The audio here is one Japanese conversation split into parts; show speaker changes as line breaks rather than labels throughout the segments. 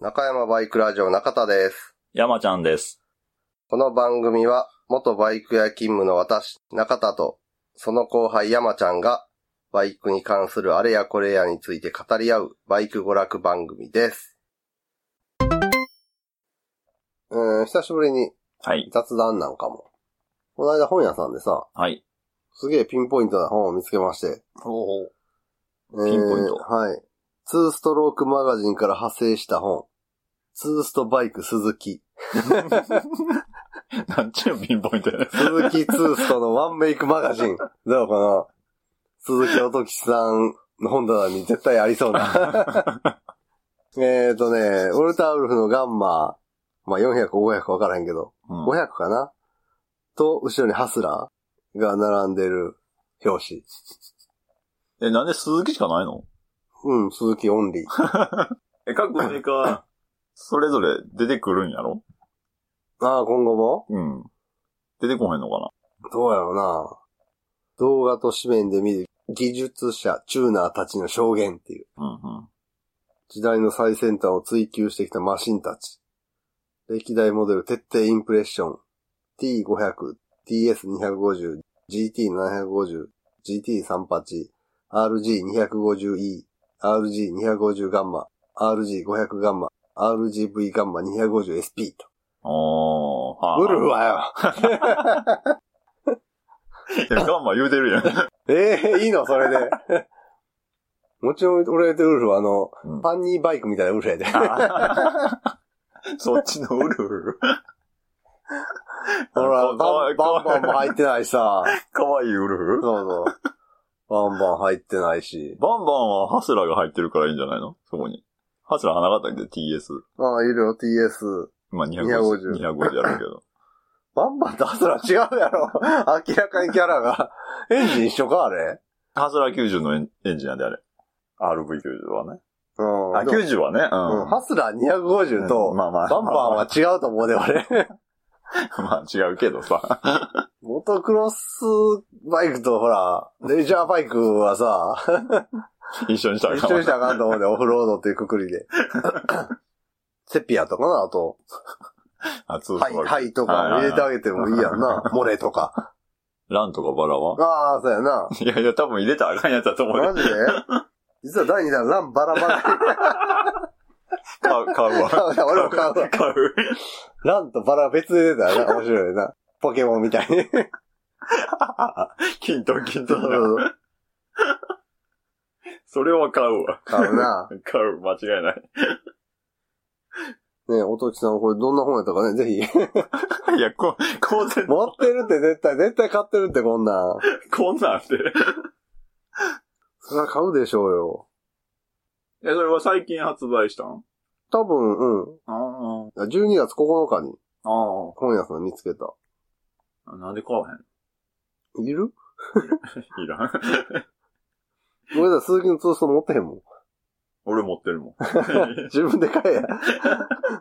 中山バイクラジオ中田です。
山ちゃんです。
この番組は、元バイク屋勤務の私、中田と、その後輩山ちゃんが、バイクに関するあれやこれやについて語り合う、バイク娯楽番組です。うーん、久しぶりに
はい。
雑談なんかも。この間本屋さんでさ、
はい。
すげえピンポイントな本を見つけまして。
お
ピ
ンポイント
はい。ツーストロークマガジンから派生した本。ツーストバイク鈴木。
なんちゅうピンポイントやね。
鈴木ツーストのワンメイクマガジン。どうかな鈴木おときさんの本棚に絶対ありそうな。えーとね、ウォルターウルフのガンマー。まあ、400、500わからへんけど。
うん
500かなと、後ろにハスラーが並んでる表紙。
え、なんで鈴木しかないの
うん、鈴木オンリー。
え、各メーカー、 それぞれ出てくるんやろ
ああ、今後も
うん。出てこへんのか
どうやろうな。動画と紙面で見る技術者、チューナーたちの証言っていう。
なうんうん。
時代の最先端を追求してきたマシンたち。歴代モデル徹底インプレッション。T500、TS250、GT750、GT38、RG250E、RG250 ガンマ、RG500 ガンマ、RGV ガンマ 250SP と。
おー、は
ウルフはよ
いや、ガンマ言うてるやん。
ええいいのそれで。 もちろん、俺とウルフはあの、
うん
パンニーバイクみたいなウルフやで。
そっちのウルフ。
ほら、
かわ
バ
い
ン
い
バンバンも入ってないしさ。
かわいいウルフ
そうそう。バンバン入ってないし。
バンバンはハスラーが入ってるからいいんじゃないのそこに。ハスラー花形で TS。
ああ、いるよ、TS。
まあ、250。
250
250やるけど。
バンバンとアスラ違うやろ。明らかにキャラが。エンジン一緒か、あれ。
ハスラー90のエンエンジンやで、あれ。RV90 はね。
うん。
あ、
でも
90はね。
うん、
う
ハスラー250
ん。
と、
まあまあ。
バンバンは違うと思うで、俺。
まあ違うけ どさ。
モトクロスバイクと、ほら、レジャーバイクはさ、
一緒にしたら
一緒にした
ら。
らあかんと思うね、オフロードっていうくくりで。セピアとかな、あと。
あ、ツース
はい、
トライク。
はいとか入れてあげてもいいやんな。 モレとか。
ランとかバラは
ああ、そうやな。
いやいや、多分入れたらあかんやつだと思う
マ
よ。
ジで実は第2弾、ランバラバラ。
買う、買うわ。
俺も買うわ。
買う。
ランとバラ別で出たらな、面白いな。ポケモンみたいに。
金と金
そ
と
う。そうそう
それは買うわ。
買うな。
買う、間違いない。
ねえ、おときさん、これどんな本やったかね、ぜひ。
いや、こ、こうぜ、
持ってるって絶対、絶対買ってるってこんなん。
こんなんて。
それは買うでしょうよ。
え、それは最近発売したん
多分、うん。
ああ、
12月9日に
あ
本屋さん見つけた。
あ。なんで買わ
いる
へんいらん。
ごめんなさい、鈴木の通ースト持ってへんもん。
俺持ってるもん。
自分で買えや。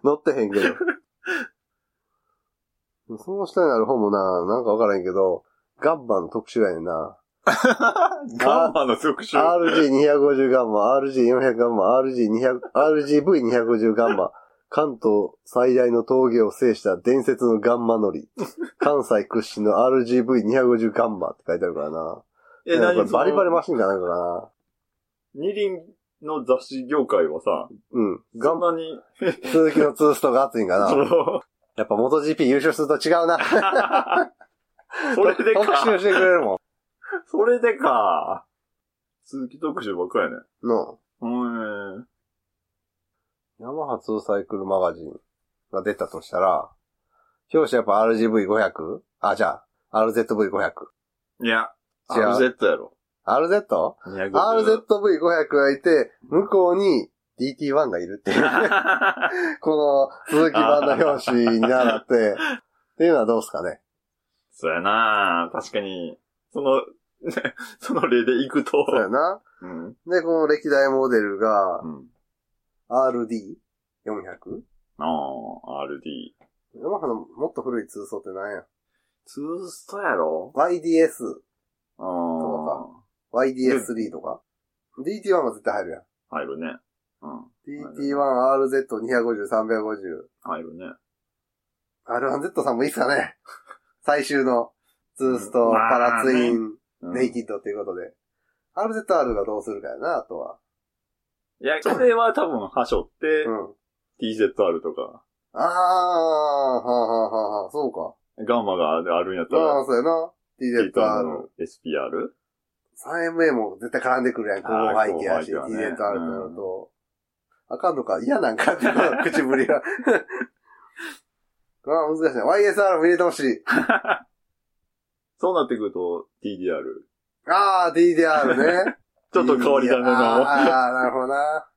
乗ってへんけど。その下にある本もな、なんかわからへんけど、ガンマの特集やねんな。
ガンマの特集。
RG250 ガンマ、RG400 ガンマ、RG200、RGV250 ガンマ。関東最大の峠を制した伝説のガンマ乗り。 関西屈指の RGV250 ガンマって書いてあるからな。
え、
なんかこ
何
れバリバリ
ま。
マシンかなんかかな。
二輪の雑誌業界はさ、
うん。ガ
そん
ンマ、
なに、
鈴木のツーストが熱いんかな
そ。の、
やっぱ元 GP 優勝すると違うな。
それで
特
か。
集してくれるも
それでか。鈴木特集ばっかりね。
ん。の、
うーん。
ヤマハ2サイクルマガジンが出たとしたら、表紙やっぱ RGV500? あ、じゃあ、RZV500。
いや、
違う
RZ やろ。
RZ?RZV500
250
がいて、向こうに DT1 がいるっていう。 この鈴木版の表紙に習って、っていうのはどうですかね。
そうやな確かに、その、 ねその例で行くと。
そうやな。
うん。
で、この歴代モデルが
うん。
RD400?
ああ、RD。
ヤマハのもっと古い通想って何や
ツーストやろ
?YDS。
あ
う
あ。
YDS3 とか。DT1 が絶対入るやん。
入るね。うん。
TT1RZ250、350。
入るね。
R1Z さんもいいっすかね。 最終の、ツースト、
まあ
パラツイン、
うん
ネイキッドということで。RZR がどうするかやな、あとは。
いや、これは多分、はしょって
う、ん。
TZR とか、
あー、はあ、はあ、はあ、はあ、そうか。
ガンマがあるんやった
ああ、
ら、
そうやな。
TZR
TZR。
の SPR?
3MA も絶対絡んでくるやん。後
あー
輩機やし、
後輩機はね
TZR となると。あかんのか嫌なんか っていうのが口ぶりが。 ああ、難しいな。YSR も入れてほしい。
そうなってくると、TDR。
ああ、DDR ね。
ちょっと変わり種の。
ああ、なるほどな。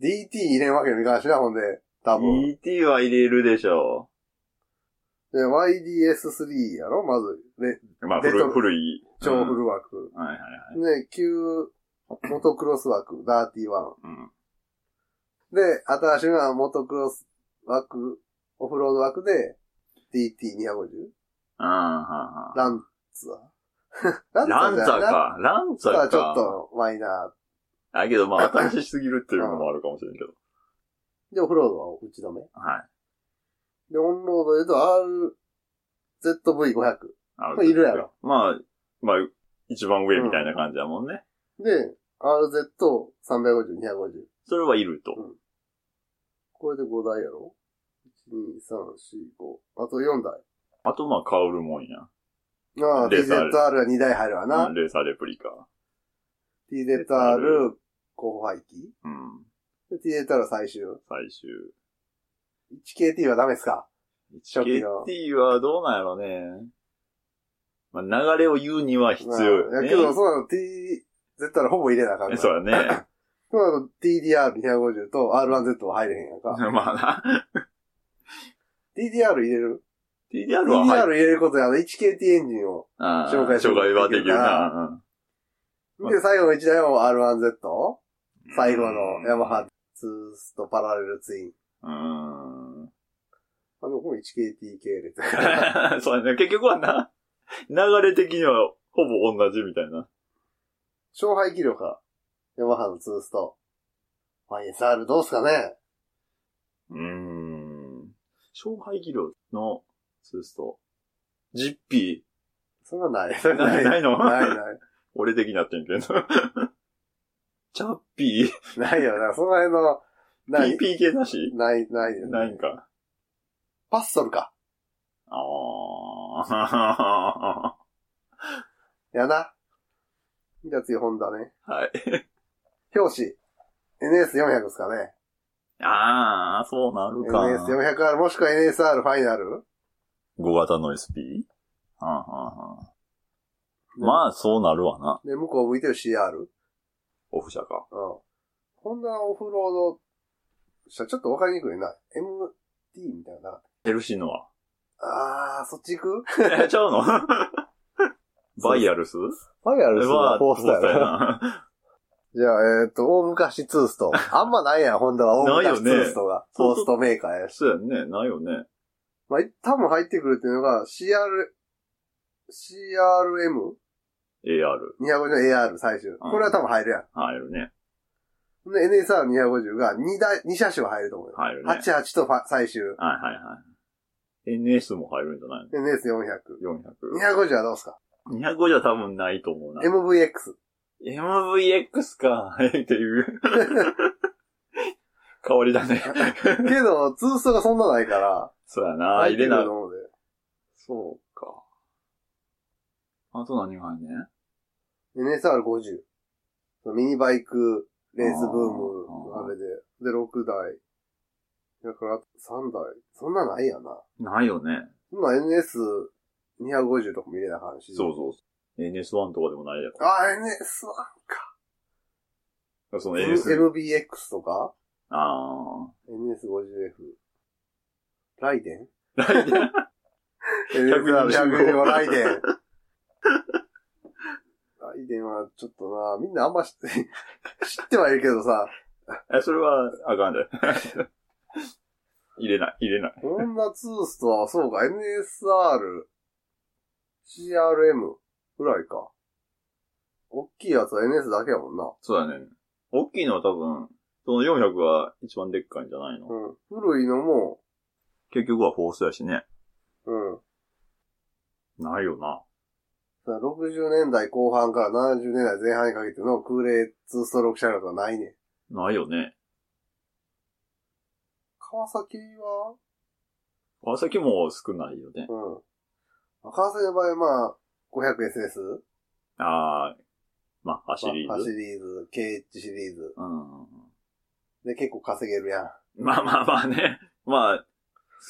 DT 入れんわけにもいかんしな、ほんで。多分。
ET は入れるでしょ
で、YDS3 やろまず、ね、
う。まあ、
レトロ
古い、古い。
超フル枠。
うん。はいはいはい。
ね、旧、モトクロス枠、ダーティワン。
うん。
で、新しいのはモトクロス枠、オフロード枠で、DT250?
ああ、は
ランツァ ラ
あ。ランツァー
じゃない。
か。ランツァ
ラン
ーか。
ツァはちょっとマイナ
だけど、まあ、新しすぎるっていうのもあるかもしれんけど。
ー。で、オフロードは打ち止め。
はい。
で、オンロードで言うと RZV500。
な
ま
る
あいるやろ。
まあ、まあ、一番上みたいな感じだもんね。
で、RZ350、250。
それはいると。
これで5台やろ ?1、2、3、4、5。あと4台。
あと、まあ、買うるもんや。
ああ、
レーザー
TZR が2台入るわ
うん
な。
レーサーレプリカ。
TZR 後輩機。
うん。
で TZR 最終。
最終。
1KT はダメっすか初期の
KT はどうなんやろね。まあ、流れを言うには必
ま
要
あ
よ
いや
ね。
けど、そうなの TZR ほぼ入れなあかんから。
そうやね。
そうなの TDR250 と R1Z は入れへんやんか。
まあな。
TDR 入れる
TDR
?TDR
は入っ
入れることであの 1KT エンジンを。
ああ
紹介する
紹介はできるな。まあ
で、最後の1台も R1Z?
うん
最後のヤマハツースとパラレルツイン。
うん。う
あ、でもこれ 1KT 系 列。
ーん。そうやね。結局はな、流れ的にはほぼ同じみたいな。
勝敗記録か。ヤマハのツースト。YSR どうすかね
うーん。勝敗技量のツースト。ジッピ
そん なない。そん
ー。ないないの
ないない。
俺的になってんけど。 チャッピー
ないよな。その辺の、ない、
?PP 系なし
ない、ないよね
ないんか。
パッソルか。
あ
やな。じゃあ次、ホンダね。
あ。はい。
表紙。NS400 ですかね。
ああ、そうなるか。
NS400R もしくは NSR ファイナル
5型の SP? はあはあはあまあ、そうなるわな。
で、向こう向いてる CR。うん。
オフ車か。
ホンダオフロード車、ちょっとわかりにくいな。MT みたいな。
ヘルシーの は。
あー、そっち行く
え、ちゃ うのバイアルス
ファイナル
は、
フォースター
フォ
や
ー
な。じゃあ、えっ、と、大昔ツースト。あんまないやん、ホンダは。大昔ツーストが。フ
ない
ォ
よね
ーストメーカーやし。
そうやんね。ないよね。
まあ、多分入ってくるっていうのが、CR、CRM?250
AR。
の AR 最終。これは多分入るやん。
入るね。
で、NSR250 が2台、二車種は入ると思うよ。
入るね。はい
88とファ最終。
はいはい。NS も入るんじゃない
NS400。
の ?400。
250はどうすか
200じゃ多分ないと思うな。
?MVX。
MVX か、っていう。香りだね。
けど、ツーストがそんなないから。
そうやな、入れ
な
ない
と。思うで。
そうか。あと何が入んね
NSR50。ミニバイク、レースブーム
あー
のあれで。で、6台。だから、3台。そんなないやな。
ないよね。
今 NS250 とか見れな感じ。
そうそう。NS1 とかでもないやろ。
あ、NS は。
その NS。
MBX とか
あ
?NS50F。ライデン
あ。 来年
?NSR125 ライデン。ライデンはちょっとな、みんなあんま知って知ってはいるけどさ、
え、それは、あかんで。入れない、入れない。
ホンダツーストは、そうか、NSR、CRM ぐらいか。大きいやつは NS だけやもんな。
そうだね。大きいのは多分、その400が一番でっかいんじゃないの、
うん。古いのも、
結局はフォースやしね。
うん。
ないよな。
だから60年代後半から70年代前半にかけての空冷2ストローク車両とかないねん。
ないよね。
川崎は
川崎も少ないよね。
うん。川崎の場合はまあ、500SS?
ああ、まあ、シリ
ま
ー
あシ
ズ。
リーズ、KH シリーズ。
うん。
で、結構稼げるやん。
まあまあまあね。まあ、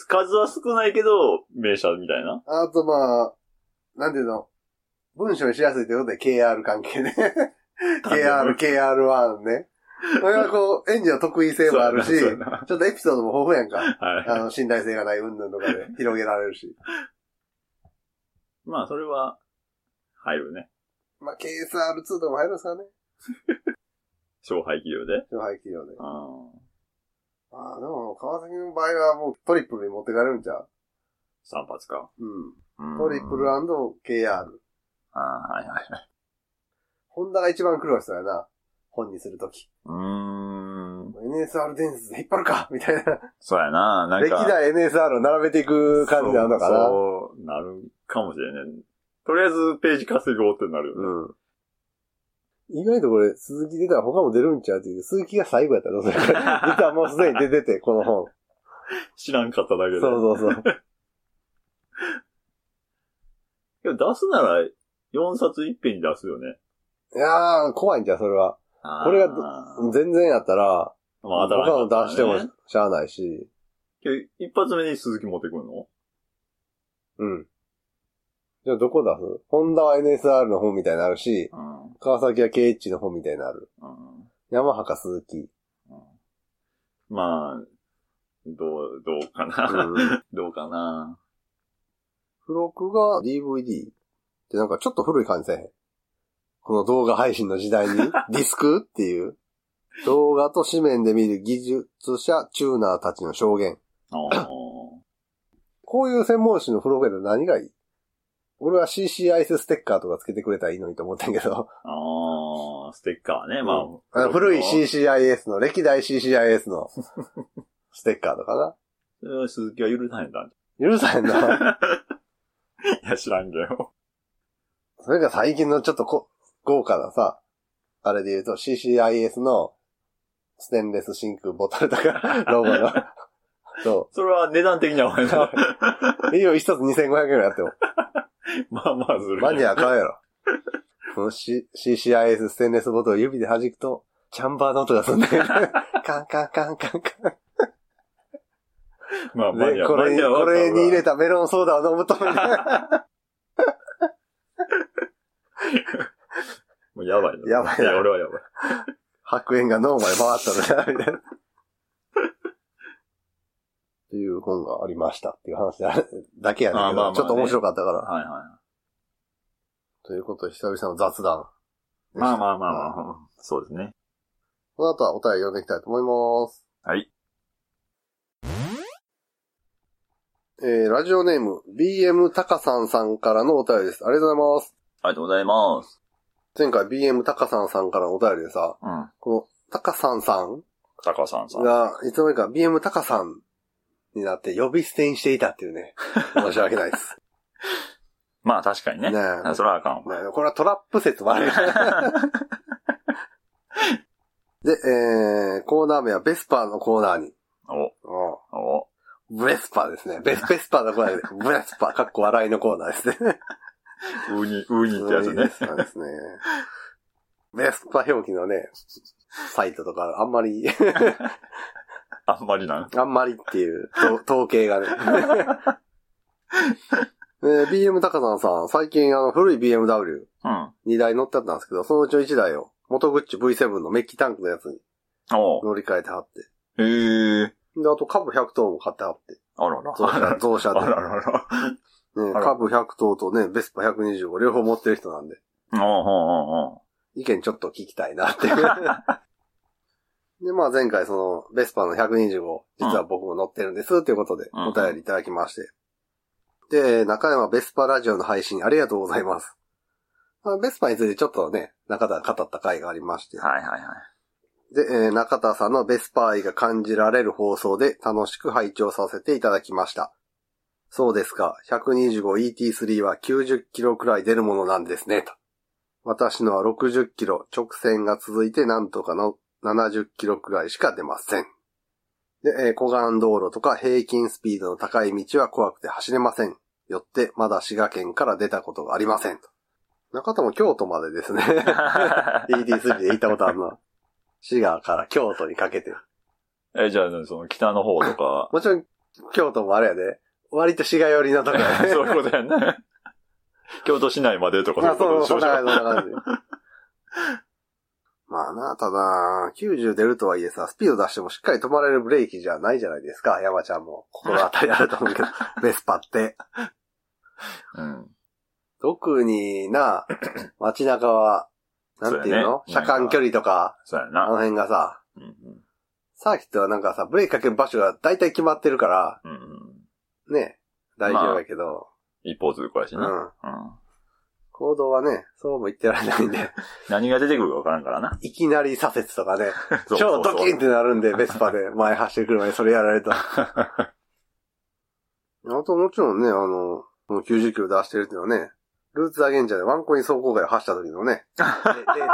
数は少ないけど、名車みたいな。
あとまあ、なんていうの、文章にしやすいということで KR 関係 ね。KR、KR1 ね。これはこ う、エンジンの得意性もあるし、
そうや
ち
なそうや
ょっとエピソードも豊富やんか。
なはい。
あの、信頼性がない云々とかで 広げられるし。
まあ、それは、入るね。
まあ、KSR2 とかも入るんですかね。
勝敗企業で。
上海企業で。
うん。
ああ、でも、川崎の場合はもうトリプルに持ってかれるんちゃう
3発か。
う
うん
ん。トリプル &KR。
ああ、はいはい。
ホンダが一番苦労したよな。本にするとき。
うーん。
NSR 伝説で引っ張るかみたいな。
そうやな。なん
歴
か。
代 NSR を並べていく感じなのかな。
そうそう、なるかもしれない。とりあえずページ稼ごうってなるよね。
うん。意外とこれ、鈴木出たら他も出るんちゃうっていう、鈴木が最後やったらどうする実はもうすでに出てて、この本。
知らんかっただけ
そ
で。
うそうそう。
でも出すなら、4冊一遍に出すよね。
いやー、怖いんじゃう、それは。これがど
あー
全然やったら、
まあ、
他の
当たら
出しても
んかっ
しゃあないし。
たね。けど一発目に鈴木持ってくるの
うん。じゃあどこ出すホンダは NSR の本みたいになるし、
うん。うん
川崎は KH の本みたいになる。ヤマハか鈴木。
うんまあ、どう、どうかな。
付
どうかな。
録が DVD ってなんかちょっと古い感じせえへん。この動画配信の時代にディスクっていう。動画と紙面で見る技術者、チューナーたちの証言。
あー
こういう専門誌の付録やったら何がいい俺は CCIS ステッカーとかつけてくれたらいいのにと思ったんやけど。
あー、ステッカーね。ま
あ
あ。
の古い CCIS の、歴代 CCIS のステッカーとか
それは鈴木は許さへんだ。
な。許さへんな。
いや、知らんけど。
それが最近のちょっとこ豪華なさ、あれで言うと CCIS のステンレス真空ボトルとか、 ロゴの。そ
それは値段的にはお前な。
う。いいよ、一つ2500円ぐらいやっても。
まあまあする。
マニア買うやろ。この C- CCIS ステンレスボトルを指で弾くと、チャンバーの音がするんだよね。カンカンカンカンカン。
まあマニ
で、
ア。
これ
マ
に、
ニアは
これに入れ
た。
たメロンソーダを飲むと、
もうやばいな。
やばいな
や、俺はやばい。
白煙が脳まで回ったのだ、みたいな。っていう本がありましたっていう話だだけやねんけど、
あまあまあね
ちょっと面白かったから。
はいはい。
ということで、久々の雑談。
まあまあまあまあ。そうですね。
この後はお便り読んでいきたいと思います。
はい。
えー、ラジオネーム、BM タカさんさんからのお便りです。ありがとうございます。
ありがとうございます。
前回 BM タカさんさんからのお便りでさ、
うん。
このタカさんさん
高さんさん。
が、いつの間にか BM タカさんになって呼び捨てにしていたっていう ね。申し訳ないです。
まあ確かに ね。
ねえ
それはあかんわ。
まあこれはトラップ説 もある。で、えー、コーナー名はベスパーのコーナーに。うん
お、お、
ブレスパーですね。ベス、ベスパーのコーナー で、ブレスパー、かっこ笑いのコーナーですね。
ウニ、ウニってやつ
ブレ
ね。
スパーですね。ベスパー表記のね、サイトとか、あんまり、
あんまりなん。
あんまりっていう、と統計が ね。えー BM 高さんさん、最近あの古い BMW、
うん。
2台乗ってあったんですけど、そのうちの1台を、元グッチ V7 のメッキタンクのやつに
お
乗り換えてはって。
へえ。
で、あと株100頭も買ってはって。
あらら。
増車、増車
あ
で。
ららら。
ね、
あら
株100頭とね、ベスパ125両方持ってる人なんで、
おうおうおう
意見ちょっと聞きたいなって いう。で、まあ前回その、ベスパの125、実は僕も乗ってるんですっていうことで、
うん
お便りいただきまして。で、中山ベスパラジオの配信ありがとうございます。まあベスパについてちょっとね、中田が語った回がありまして
おう。、はいはいはい。
で、えー中田さんのベスパー愛が感じられる放送で楽しく拝聴させていただきました。そうですか、125ET3 は90キロくらい出るものなんですね、と。私のは60キロ、直線が続いてなんとかの70キロくらいしか出ません。で、えー、湖岸道路とか平均スピードの高い道は怖くて走れません。よって、まだ滋賀県から出たことがありません。と中田も京都までですね。ET3 で行ったことあるな。滋賀から京都にかけて。、
え、じゃあ、その北の方とか
もちろん、京都もあれやで。割と滋賀寄りのとこや ね。
そういうことやんね。京都市内までとか
まあ、
そういうこと
そう、
でし
そ
ょ
んな感じ、そんな感じ。 まあな、ただ、90出るとはいえさ、スピード出してもしっかり止まれるブレーキじゃないじゃないですか、山ちゃんも。心当たりあると思う けど、ベスパって。
うん。
特に な、街中は、なんていうの
そうやね
車間距離とか、
そうや
あの
な。
辺がさ、
うんうん
サーキットはなんかさ、ブレーキかける場所が大体決まってるから、
うんうん。
ね、大丈夫やけど、
一方通行やしな。
うん。
うん。
行動はね、そうも言ってられないんで、
何が出てくるかわからんからな。
いきなり左折とかね、
そうそ
超
う
ドキンってなるんで、ベスパ で前走ってくる前にそれやられたら。あともちろんね、あの、この90キロ出してるっていうのはね、ルーツアゲンジャーでワンコイン走行外を走った時のね、